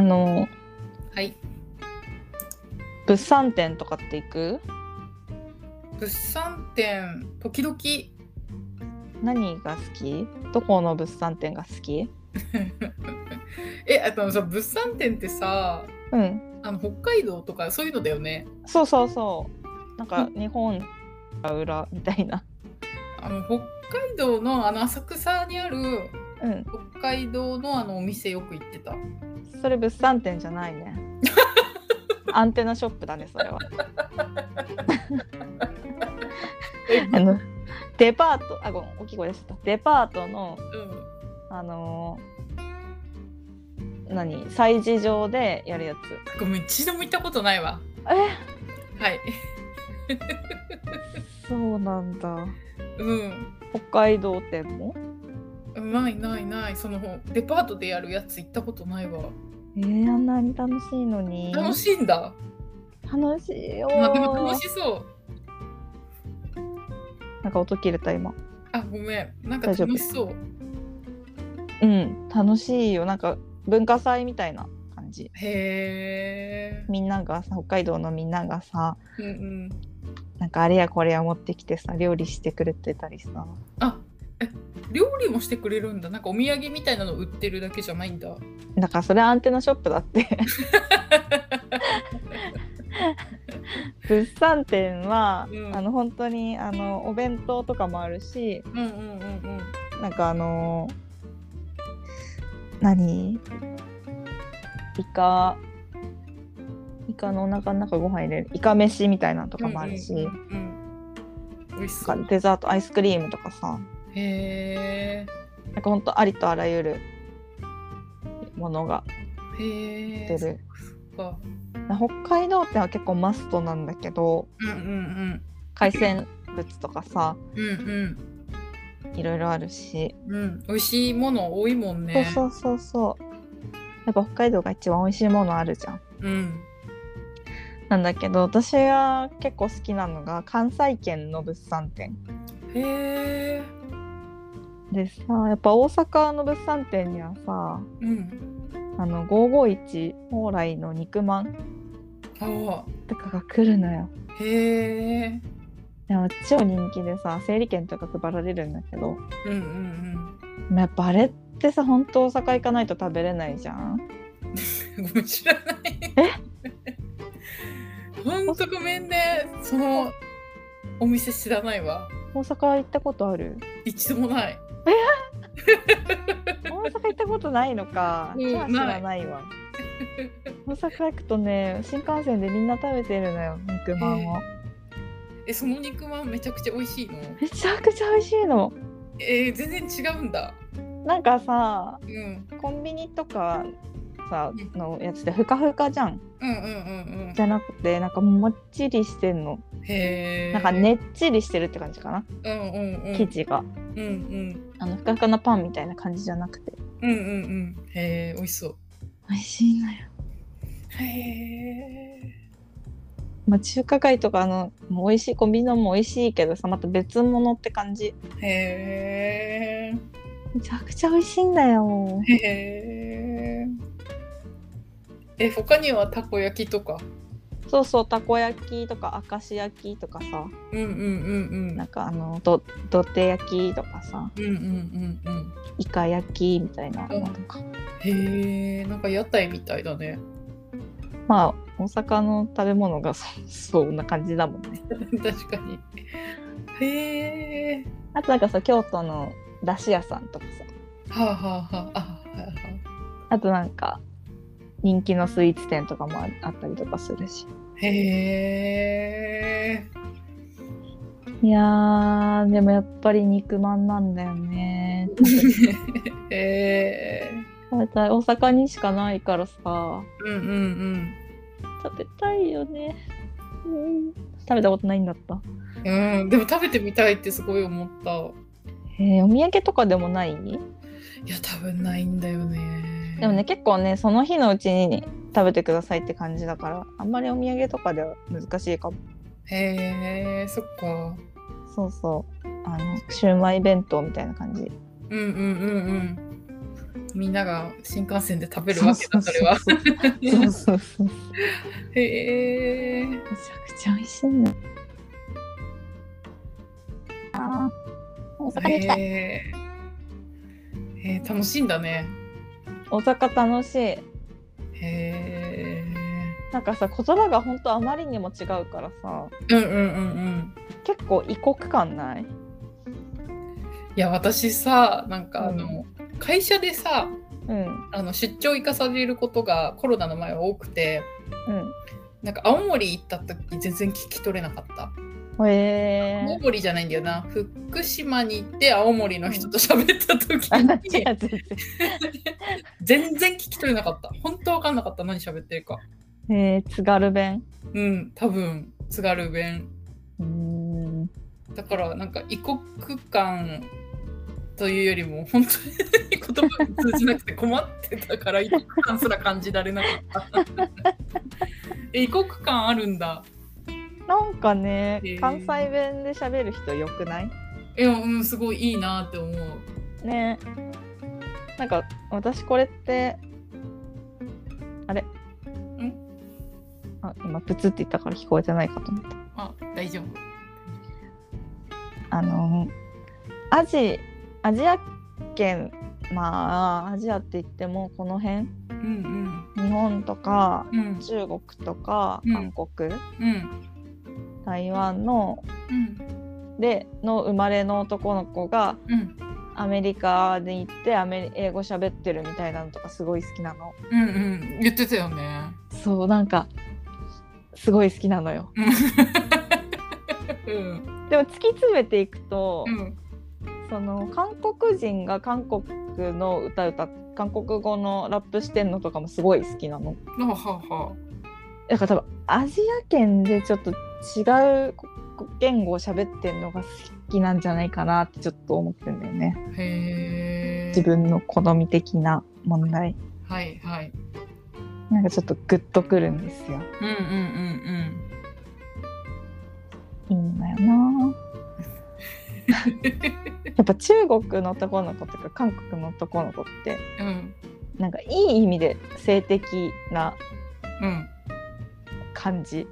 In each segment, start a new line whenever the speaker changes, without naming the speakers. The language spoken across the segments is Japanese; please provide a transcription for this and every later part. の
はい。
物産展とかって行く
物産展、時々。
何が好きどこの物産展が好き
え、あとさ、物産展ってさ、
うん
あの北海道とかそういうのだよね。
そうそうそうなんか日本が裏みたい な
あの北海道のあの浅草にある
うん
北海道のあのお店よく行ってた。
それ物産展じゃない ねアンテナショップだねそれは あのデパートあごめん大きい声出したデパートの
う
あのー何催事場でやるやつ
ん。ごめん、一度も行ったことないわ。
え
はい。
そうなんだ
う
北海道店も
ん。ないないない。そのデパートでやるやつ行ったことないわ。
えー、あんなに楽しいのに
楽しいんだ。
楽しいよー
まあ、でも楽しそう。
なんか音切れた今
あ、ごめん。なんか
大丈夫
楽しそ
う
う。
ん楽しいよなんか文化祭みたいな感じ
へえ。
みんながさ北海道のみんながさ
うんうん。
なんかあれやこれや持ってきてさ料理してくれてたりさ
あ、え、料理もしてくれるんだ。なんかお土産みたいなの売ってるだけじゃないんだ。
だからそれアンテナショップだって 物産展は、
うん
あの本当にあのお弁当とかもあるし
うんうんうんうん。
なんかあの何イカイカのお腹の中ご飯入れるイカ飯みたいなのとかもあるし、
うんうんうん。美味しそ
なん
う
か。デザートアイスクリームとかさ
へえ。
なんかほんとありとあらゆるものが
へえ。
出る。
そっか。
北海道っては結構マストなんだけど
うんうん
海鮮物とかさ
うん。うんうん。
いろいろあるし、
うん、美味しいもの多いもんね。
そうそうそうそうやっぱ北海道が一番美味しいものあるじゃん
うん。
なんだけど私が結構好きなのが関西圏の物産展
へえ。
でさやっぱ大阪の物産展にはさ
うん。
あの551蓬莱の肉まん
あ
とかが来るのよ
あ。へえ。
でも超人気でさ整理券とか配られるんだけど
うんうん
まあやっぱあれってさ本当大阪行かないと食べれないじゃん
うん。ごめん、知らない。 ほんとごめんね。その。お店知らないわ。
大阪行ったことある
一度もない。
大阪行ったことないの か
うん
じゃあ知らないわ大阪行くとね新幹線でみんな食べてるのよ肉まんを
え、その肉まんめちゃくちゃ美味しいの。
めちゃくちゃ美味しいの
えー、全然違うんだ。
なんかさ
うん。うん
コンビニとかさ
うん
のやつでふかふかじゃん
うんうん
じゃなくてなんかもっちりしてんの
うん。へえ。
なんか。ねっちりしてるって感じかな
うんうんうん。
生地が
うんうん。
あのふかふかなパンみたいな感じじゃなくて
うんうんうん。へえ、美味しそう。
美味しいのよ
へえ。
まあ、中華街とかあのもう美味しいコンビニのも美味しいけどさまた別物って感じ
へえ。
めちゃくちゃ美味しいんだよ
へえ。え、他にはたこ焼きとか。
そうそうたこ焼きとか明石焼きとかさ
うんうんうんう
なん
ん。
かあのど土手焼きとかさ
うんうんうん
イカ焼きみたいなのとか、
うん。へえ、なんか屋台みたいだね。
まあ大阪の食べ物が そそんな感じだもんね
確かに。へえ。
あとなんかさ京都のだし屋さんとかさ
はあはあはあ。あはいはい
あとなんか人気のスイーツ店とかもああったりとかするし
へえ。
いやーでもやっぱり肉まんなんだよね
へえ。
食べたい大阪にしかないからさ
うんうん
食べたいよね、うん、食べたことないんだった
うん。うん、でも食べてみたいってすごい思った。
えーお土産とかでもない
いや、多分ないんだよね。
でもね。結構ねその日のうちに食べてくださいって感じだからあんまりお土産とかでは難しいかも
へえ、そっか。
そうそうあのシウマイ弁当みたいな感じ
うんうんうんうん。みんなが新幹線で食べるわけだそれ は。
そうそうそうそう。め
へえ
ちゃくちゃ美味しいね。
大阪に行きたい。
へーへー楽しいんだね。
大阪楽しい。
へえ
なんかさ言葉が本当あまりにも違うからさ
うんうんうんうん。
結構異国感ない
いや私さなんかあの、会社でさ
うん
あの出張行かされることがコロナの前は多くて
う
なんか青森行った時全然聞き取れなかった。
んへ
青
え
森じゃないんだよな福島に行って青森の人と喋った時
あ違う
に
違う違
全然聞き取れなかった本当わかんなかった何喋ってるか
うへえ津軽弁
うん多分津軽弁
うーん
だからなんか異国感というよりも本当に言葉が通じなくて困ってたから異国感すら感じられなかった え異国感あるんだ
なんかね
へえ
関西弁で喋る人よくない
えうんすごいいいなって思う
ねなんか私これってあれんあ今プツって言ったから聞こえてないかと思った
あ大丈夫
あのアジアジア圏まあアジアって言ってもこの辺
うん
日本とか
うんうん
中国とか
う
韓
ん
国、
うん
台湾の
うん
での生まれの男の子が
うん
アメリカに行ってアメリ英語喋ってるみたいなのとかすごい好きなの
うんうん言ってたよね。
そうなんかすごい好きなのよ
うん
でも突き詰めていくと、
うん
その韓国人が韓国の歌歌っ韓国語のラップしてんのとかもすごい好きなの
はあはあは
だから多分アジア圏でちょっと違う言語を喋ってんのが好きなんじゃないかなってちょっと思ってんだよね
あへえ
自分の好み的な問題
はいはい
なんかちょっとグッとくるんですよ
うんうん
いいんだよ なやっぱ中国の男の子とか韓国の男の子って
うんうんうん
なんかいい意味で性的な
うん
感じ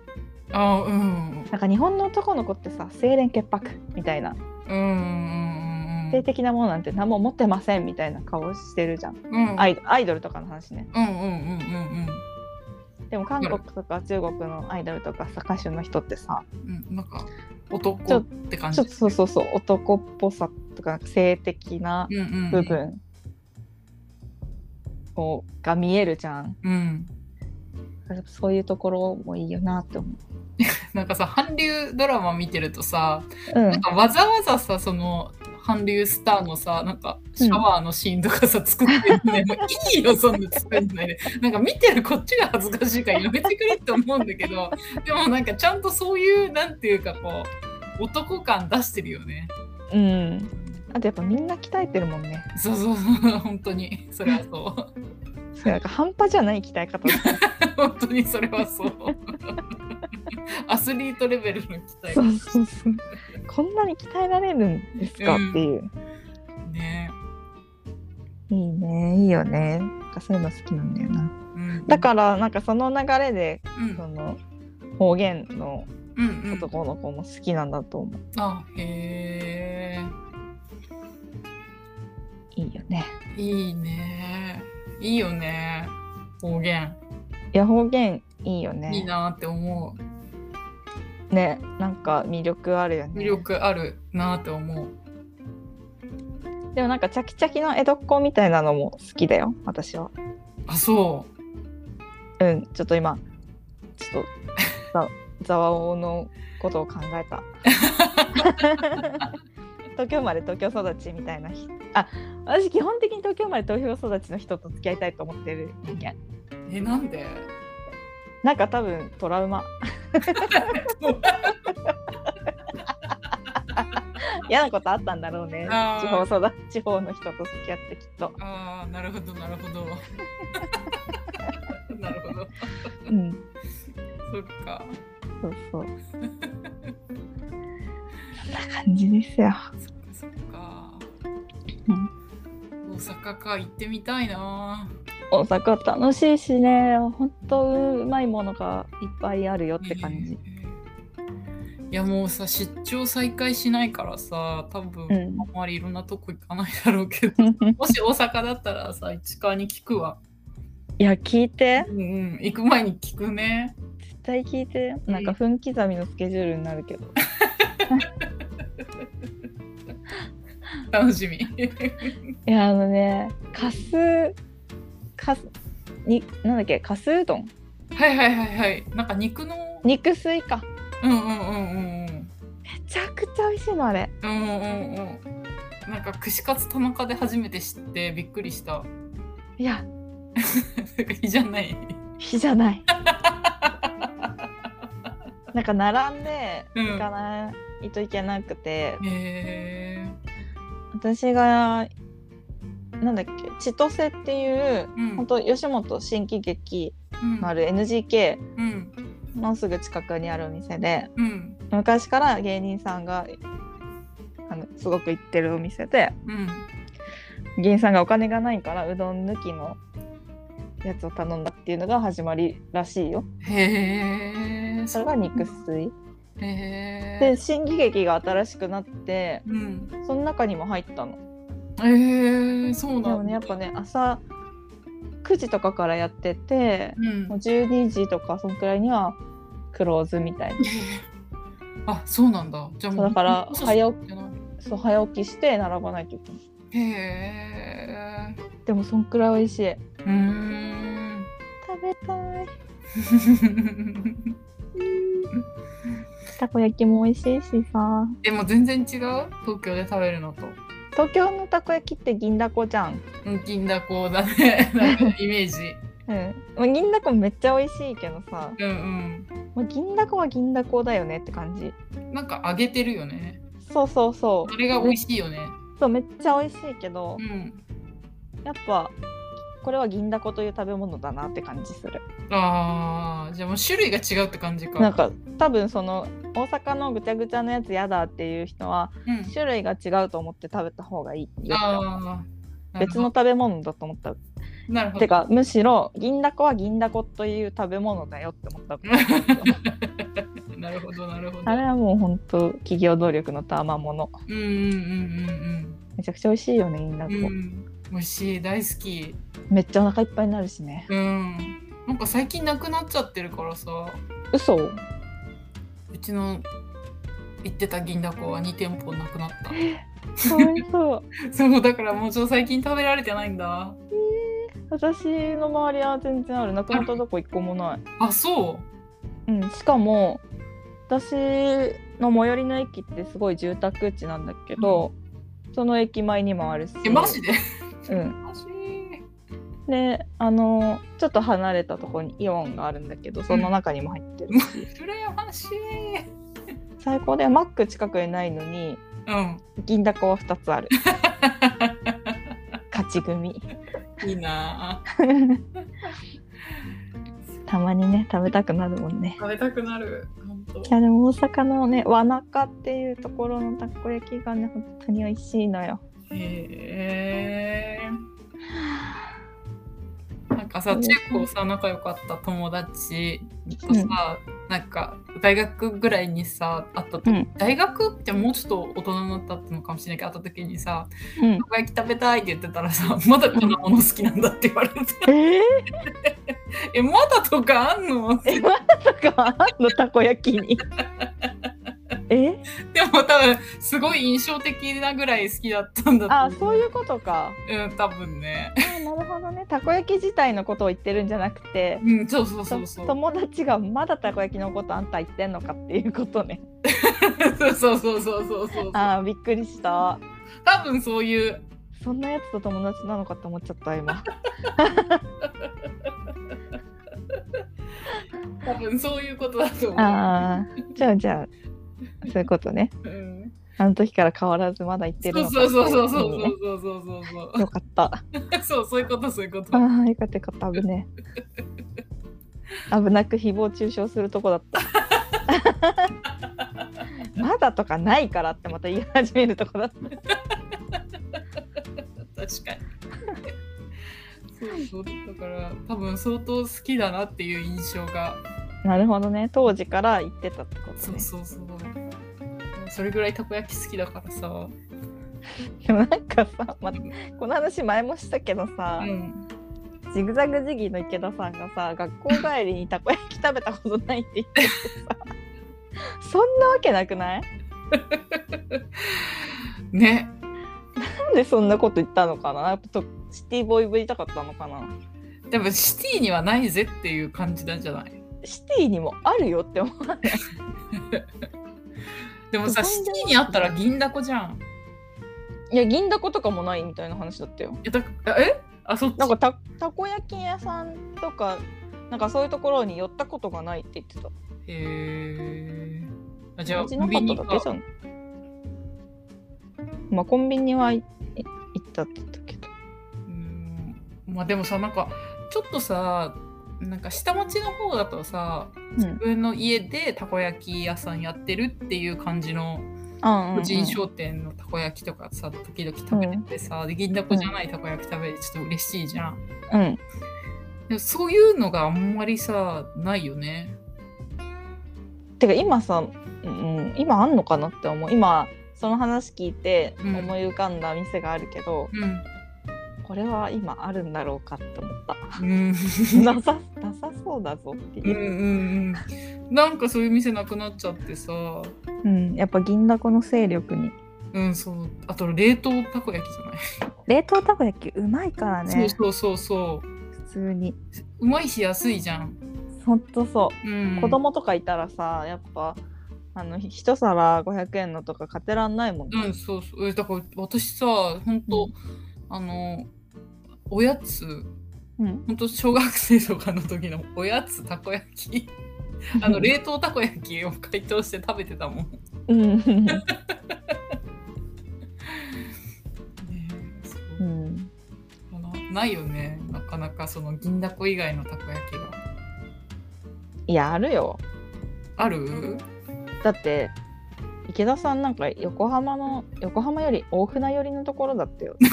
あうん
なんか日本の男の子ってさ清廉潔白みたいな
うんうんうん
性的なものなんて何も持ってませんみたいな顔してるじゃん
うん
アイドアイドルとかの話ね
うんうんうんうん
でも韓国とか中国のアイドルとかさ歌手の人ってさ
うんうんなんか男って感
ち
じ
ょっとそうそうそう男っぽさとか性的な
うんうん
部分をが見えるじゃん
うん
そういうところもいいよなって思
なんかさ韓流ドラマ見てるとさ
う、うん
なんかわざわざさその韓流スターのさなんかシャワーのシーンとかさ、作ってるね もういいよそんな作んないでなんか見てるこっちが恥ずかしいからやめてくれって思うんだけど でもなんかちゃんとそういうなんていうかこう男感出してるよね
うんあとやっぱみんな鍛えてるもんね
そうそうそう本当にそれはそう
そうなんか半端じゃない鍛え方
本当にそれはそう アスリートレベルの期待
そうそうそうこんなに鍛えられるんですかっていう、
ね
いいねいいよねなんかそういうの好きなんだよな
うん
だからなんかその流れで
うん
その方言の
うんうん
男の子も好きなんだと思う、
あへえ
いいよね
いいね。いいよね。方言。
いや方言いいよね
いいなって思う。
ねなんか魅力あるよね
魅力あるなって思う。
でもなんかチャキチャキの江戸っ子みたいなのも好きだよ私は
あ、そ
うんちょっと今ちょっと ざざわおのことを考えた東京生まれ東京育ちみたいな人あ私基本的に東京生まれ東京育ちの人と付き合いたいと思ってる人間
う。え、なんで
なんか多分トラウ マ嫌なことあったんだろうね
あ
地方
ー
育地方の人と付き合ってきっと、
ああ、なるほど、なるほど。 なるほど。
うん、
そっか。
そうそう そんな感じですよ
そっか、そっか。
うん
大阪か行ってみたいな
大阪楽しいしね本当うまいものがいっぱいあるよって感じ、
えーいやもうさ出張再開しないからさ多
う
分
ん
あんまりいろんなとこ行かないだろうけどもし大阪だったらさ市川に聞くわ
いや聞いて
うんうん行く前に聞くね
絶対聞いてなんか分刻みのスケジュールになるけど
楽しみ
いやあのねかすかすになんだっけかすうどん
はいはいはいはいなんか肉の
肉吸いか
うんうんうんうんうん
めちゃくちゃ美味しいのあれ
うんうんうんうんなんか串カツ田中で初めて知ってびっくりした
いや
なんかいいじゃない
火じゃ ないなんか並んで
うん
行かないといけなくて、
へえ
私がなんだっけ千歳っていう
ー、うん
本当吉本新喜劇
うん
のある NGK
うん
のすぐ近くにあるお店で
うん
昔から芸人さんがあのすごく行ってるお店で
うん
芸人さんがお金がないからうどん抜きのやつを頼んだっていうのが始まりらしいよ
へえ
それが肉吸い
へえ
で新喜劇が新しくなって
うん
その中にも入ったの
へえそう
で
な
も
んだ
ねやっぱね朝9時とかからやってて
うん
もう12時とかそのくらいにはクローズみたいな
あそうなんだじゃあも
そううだから
朝
早起
じゃない
そう早起きして並ばないといけない
へえ
でもそんくらい美味しいう
ーん
食べたいたこ焼きも美味しいしさ
でも全然違う東京で食べるのと
東京のたこ焼きって銀だこじゃん
うん銀だこだね なんかイメージ
うんまあ、銀だこめっちゃ美味しいけどさ、
うん
まあ、銀だこは銀だこだよねって感じ
うんなんか揚げてるよね
そうそうそ
それが美味しいよね
うそうめっちゃ美味しいけど
うん
やっぱこれは銀だこという食べ物だなって感じする
あーじゃあもう種類が違うって感じか
なんか多分その大阪のぐちゃぐちゃのやつやだっていう人は
うん
種類が違うと思って食べた方がいいよ
ああ
別の食べ物だと思った
なるほど
てかむしろ銀だこは銀だこという食べ物だよって思った
なるほどなるほど
あれはもう本当企業努力のたまもの
うんうんうん
めちゃくちゃ美味しいよね銀だこ、
うんうんうん美味しい大好き
めっちゃお腹いっぱいになるしね
うんなんか最近なくなっちゃってるからさ
嘘
うちの行ってた銀だこは2店舗なくなった
かわいそう
そうだからもうちょっと最近食べられてないんだ
私の周りは全然あるなくなったとこ一個もない
あそ
うんしかも私の最寄りの駅ってすごい住宅地なんだけど、その駅前にもあるし
うえマジで
うん
マジ
であのちょっと離れたとこにイオンがあるんだけどその中にも入ってる、
羨ましい
最高でマック近くにないのに
うん
銀だこは2つあ る勝ち組
いいなあ
たまにね食べたくなるもんね
食べたくなる本当
いやでも大阪のね和中っていうところのたこ焼きがね本当に美味しいのよ
へえなんかさ、
うん
中高さ、仲良かった友達とさ、なんか大学ぐらいにさ、会った時、
うん
大学ってもうちょっと大人になったのかもしれないけど、会った時にさ、
うん
たこ焼き食べたいって言ってたらさ、まだこんなもの好きなんだって言 われて、
え
え、まだとかあんの
えまさかあんのたこ焼き にえ
でも多分、すごい印象的なぐらい好きだったんだ。
あそういううことか
うん、多分ね
あ。ーなるほどねたこ焼き自体のことを言ってるんじゃなくて
うん、そうそう
と
そうそう。
友達がまだたこ焼きのことあんた言ってんのかっていうことね
そう そうそうそうそうそう。
あーびっくりした
多分そういう
そんなやつと友達なのかって思っちゃった 今
多分そういうことだと思う。
あーじゃあじゃあそういうことね
うん、
あの時から変わらずまだ言ってる
そ
の
う
か
そうそうそうそう
ってい意味
そ
ね
うそうそうそう
よかった。
そうそうそういうことそういうこと。
ああ、よかったよかった。危ねえ。危なく誹謗中傷するとこだ った。まだとかないからってまた言い始めるとこだった。
確かに。そうそうだから多分相当好きだなっていう印象が
なるほどね当時から言ってたってこと
そう
ね
そうそうそれぐらいたこ焼き好きだからさ、
でもなんかさ、ま
う、ん
この話前もしたけどさ、
うん
ジグザグジギーの池田さんがさ学校帰りにたこ焼き食べたことないって言って てさそんなわけなくない
ね
なんでそんなこと言ったのかなやっぱとシティボーイぶりたかったのかな
多分シティにはないぜっていう感じなんじゃない
シティにもあるよって思う
でもさ
そ
シ
ん
テ
な
ィにあったら銀だこじゃん
いや銀だことかもないみたいな話だったよ
えだえあそっち
なんかたたこ焼き屋さんとかなんかそういうところに寄ったことがないって言ってた
へえあじゃあ
う
コ
ちな
ン
か
ビ
った
ニ
だ
か
けじゃんまあコンビニはいい行ったって言ったけど
うんまあでもさなんかちょっとさなんか下町の方だとさ
うん
自分の家でたこ焼き屋さんやってるっていう感じの
あ
個人商店のたこ焼きとかさ時々食べててさ、で銀だこじゃないたこ焼き食べてちょっと嬉しいじゃん、
うんうん
でもそういうのがあんまりさないよね
てか今さ、うん、今あんのかなって思う今その話聞いて
うん
思い浮かんだ店があるけど、
う
これは今あるんだろうかって思 った
んうん
なさなさそうだぞって
うんう
い
ん
う、
うんなんかそういう店なくなっちゃってさ
うん、やっぱ銀だこの勢力に
うんそうあと冷凍たこ焼きじゃない、
冷凍たこ焼きうまいから
そう
ね
そうそうそう
普通に
うまいし安いじゃん、
ほんとそう
うん、
子供とかいたらさやっぱあのひ一皿500円のとか買ってらんないもん、
うん、そうそう。えだから私さ、本当、
うん
あの、おやつ、
うん、
本当小学生とかの時のおやつたこ焼 き、あの冷凍たこ焼きを解凍して食べてたもん。ね
うん
えそううんかなないよね、なかなかその銀だこ以外のたこ焼きが。
いやあるよ
ある
だって池田さんなんか横浜の横浜より大船寄りのところだ ったよい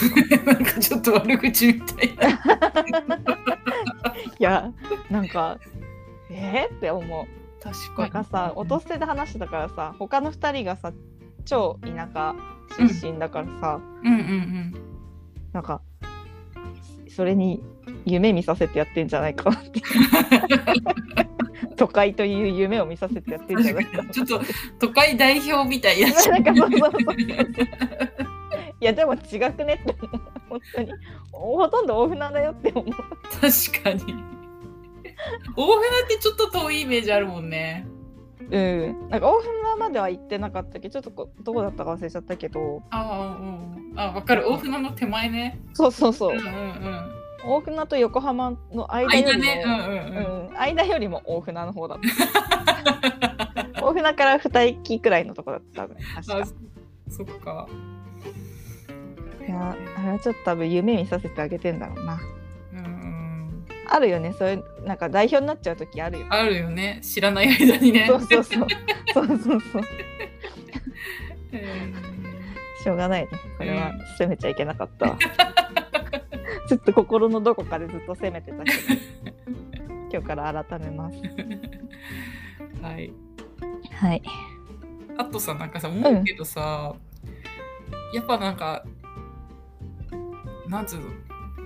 なんかちょっと悪口みたいな。
やなんかえー、って思う
確
なんかさ
うん
音捨てで話してたからさ他の2人がさ超田舎出身だからさ、
うんうん
なんかそれに夢見させてやってんじゃない かなって都会という夢を見させてやって
うん
じゃ
ん。
ないかな
確かに ちょっと都会代表みたいやつ
なんかそうそうそういやでも違くねって思う本当にほとんど大船だよって思う
確かに大船ってちょっと遠いイメージあるもんね
うん、なんか大船までは行ってなかったけどちょっとこどこだったか忘れちゃったけど
ああうんあわかる大船の手前ね
そうそうそううん
うんうん
大船と横浜の間よ
間
りも
ねうんうんうん
うん間よりも大船の方だった 大船から2駅くらいのとこだったね確か
あそっか
いやあれはちょっと多分夢見させてあげてんだろうな
うんうん
あるよねそういうなんか代表になっちゃう時あるよ
あるよね知らない間にね
そうそうそうそうそうそう
うん
しょうがないねこれは責めちゃいけなかったわちょっと心のどこかでずっと責めてたけど今日から改めます
はい
はい
あとさなんかさ思うけどさ、やっぱなんかなんつうの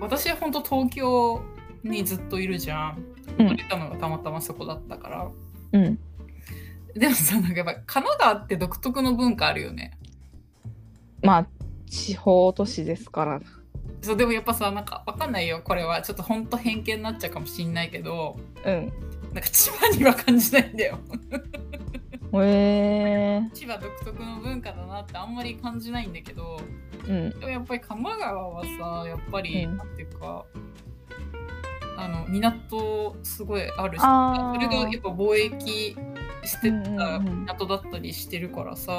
私は本当東京にずっといるじゃん
うん
生まれたのがたまたまそこだったから、
うん
でもさなんかやっぱ神奈川って独特の文化あるよね
まあ地方都市ですから
そうでもやっぱさなんかわかんないよこれはちょっと本当偏見になっちゃうかもしんないけど
うん
なんか千葉には感じないんだよ
へえ
千葉独特の文化だなってあんまり感じないんだけど
うん
でもやっぱり神奈川はさやっぱり、
うん
なんていうかあの港すごいあるし
あー
それがやっぱ貿易してた
うんうんうん
港だったりしてるからさ、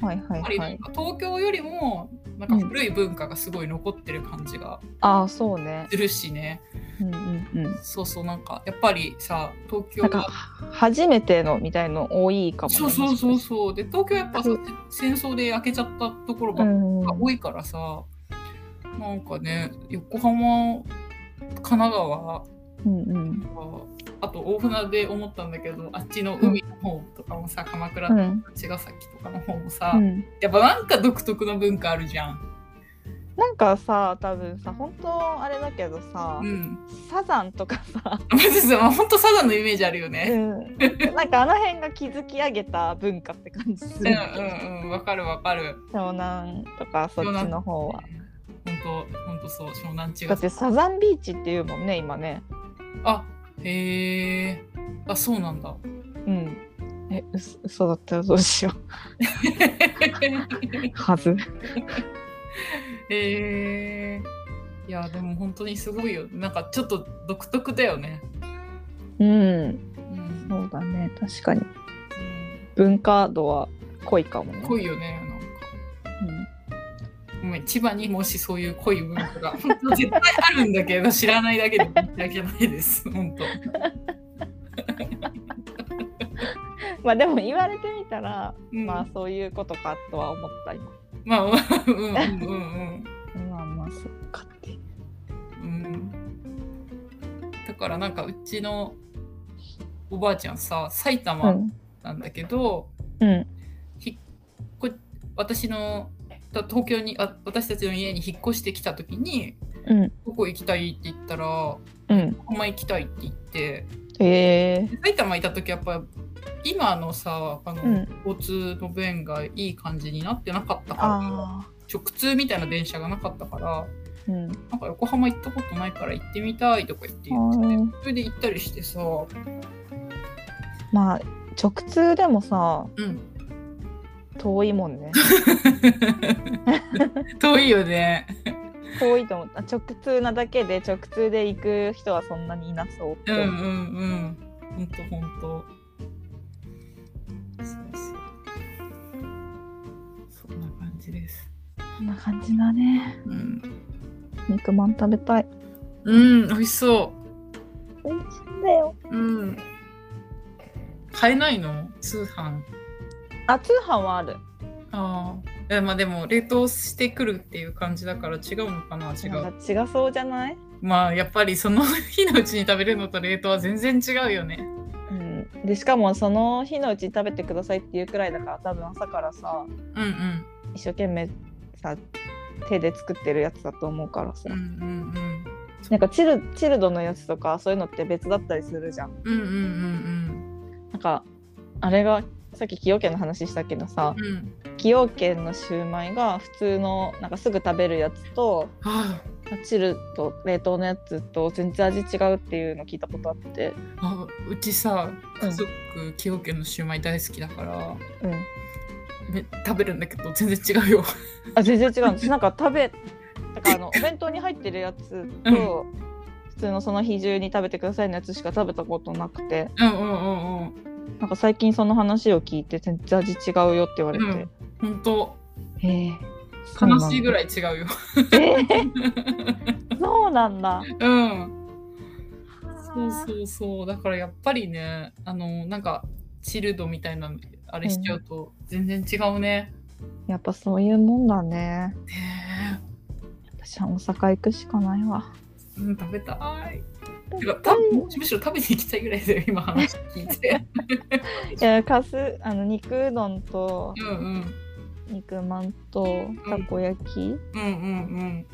はいは
やっ
い
ぱり
は
なん
い
か東京よりもなんか古い文化がすごい残ってる感じが
ああそうね
するしね、
うんうんうん
そうそうなんかやっぱりさ東京
なんか
は
初めてのみたいの多いかもね
そうそうそうそうで東京やっぱさ
そう
戦争で焼けちゃったところ
う
ばっ
んうん
が多いからさ、なんかね横浜神奈川
うんうん
あと大船で思ったんだけどあっちの海の方とかもさ鎌倉
う
とか
ん
茅ヶ崎とかの方もさ、
うん
やっぱなんか独特の文化あるじゃん。
なんかさ多分さ本当あれだけどさ、
うん、
サザンとかさ、
マジで本当サザンのイメージあるよね。
なんかあの辺が築き上げた文化って感じす
うん
る、
うんうんわかるわかる。
湘南とかそっちの方は
本当本当そう湘南茅
だ
ヶ
って
崎。
サザンビーチっていうもんね今ね
あへえあそうなんだ。
うんえうそ嘘だったらどうしようはず
へえいやでも本当にすごいよなんかちょっと独特だよね。
うん
うん
そうだね確かに
うん
文化度は濃いかもね
濃いよねなんか。
うん
ごめん千葉にもしそういう濃い文 化が本当絶対あるんだけど知らないだけで申し訳ないです本当
まあでも言われてみたら、
うん
まあそういうことかとは思った今
まあまあうんうんうん
まあまあそっかって
うんうんだからなんかうちのおばあちゃんさ埼
う
玉
ん
なんだけど、
うん
ひっこ私のた東京にあ私たちの家に引っ越してきた時に
うん
「どこ行きたい?」って言ったら「
うん
横浜行きたい」って言って
へえ
で埼玉いた時やっぱ今のさあの、
うん
交通の便がいい感じになってなかったから
あ
直通みたいな電車がなかったから
あうん
なんか横浜行ったことないから行ってみたいとか言って言ってて
うん
それで行ったりしてさ
まあ直通でもさ
うん
遠いもん ね
遠いよね
遠いと思った直通なだけで直通で行く人はそんなにいなそうって
うんう
思う、
んうんほんとほんとそうそうそんな感じです
こんな感じだね
うん、
肉まん食べたい
うん、美味しそ
美味しいんだよ
ううん買えないの通販
あ通販はある
ああ、えまあでも冷凍してくるっていう感じだから違うのかな違
な
う。
んか違そうじゃない
まあやっぱりその日のうちに食べるのと冷凍は全然違うよね。
うん、でしかもその日のうちに食べてくださいっていうくらいだから多分朝からさ
うんうん
一生懸命さ手で作ってるやつだと思うからさ、
うんうん
なんかチルチルドのやつとかそういうのって別だったりするじゃん
うんうんうんうん
なんかあれがさっき崎陽軒の話したけどさ
うんうん。
崎陽軒のシューマイが普通のなんかすぐ食べるやつと
は
チルと冷凍のやつと全然味違うっていうの聞いたことあって、
ああうちさ
うん
家族崎陽軒のシュウマイ大好きだから
うん、
め食べるんだけど全然違うよ。
あ全然違うんですなんか食べだからあのお弁当に入ってるやつと普通のその日中に食べてくださいのやつしか食べたことなくて
うんうんうんうん。
なんか最近その話を聞いて全然味違うよって言われて、
うん本当
へえ
悲しいぐ
い
らい違うよ。
そうなんだ
うん。そうそうそうだからやっぱりねあのなんかチルドみたいなあれしちゃうと全然違うね。
やっぱそういうもんだね
ね
私は大阪行くしかないわ
え、うん、食べたい。てかたむしろ食べに行きたいぐらいだよ今話聞い て。
いやかすあの肉うどんと
うんうん
肉まんとたこ焼き、
うんうん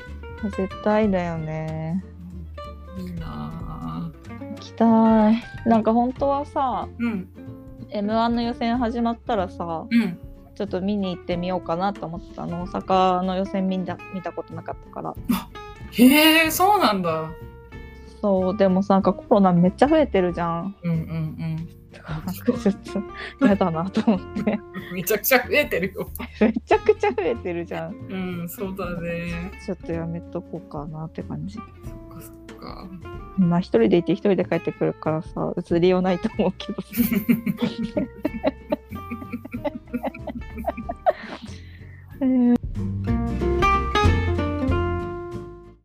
絶対だよね
うん。いいなあ。
行きたいなんか本当はさ
うん
m 1の予選始まったらさ
うん
ちょっと見に行ってみようかなと思ってたの大阪の予選見た見たことなかったから
へえそうなんだ。
そうでもさなんかコロナめっちゃ増えてるじゃん
うんうん
だからなん かちょっとやだなと思って
うん。めちゃくちゃ増えてるよ。
めちゃくちゃ増えてるじゃん
うんそうだね。
ちょっとやめとこうかなって感じ
そっかそっか。
まあ一人でいて一人で帰ってくるからさ移りようないと思うけどさえー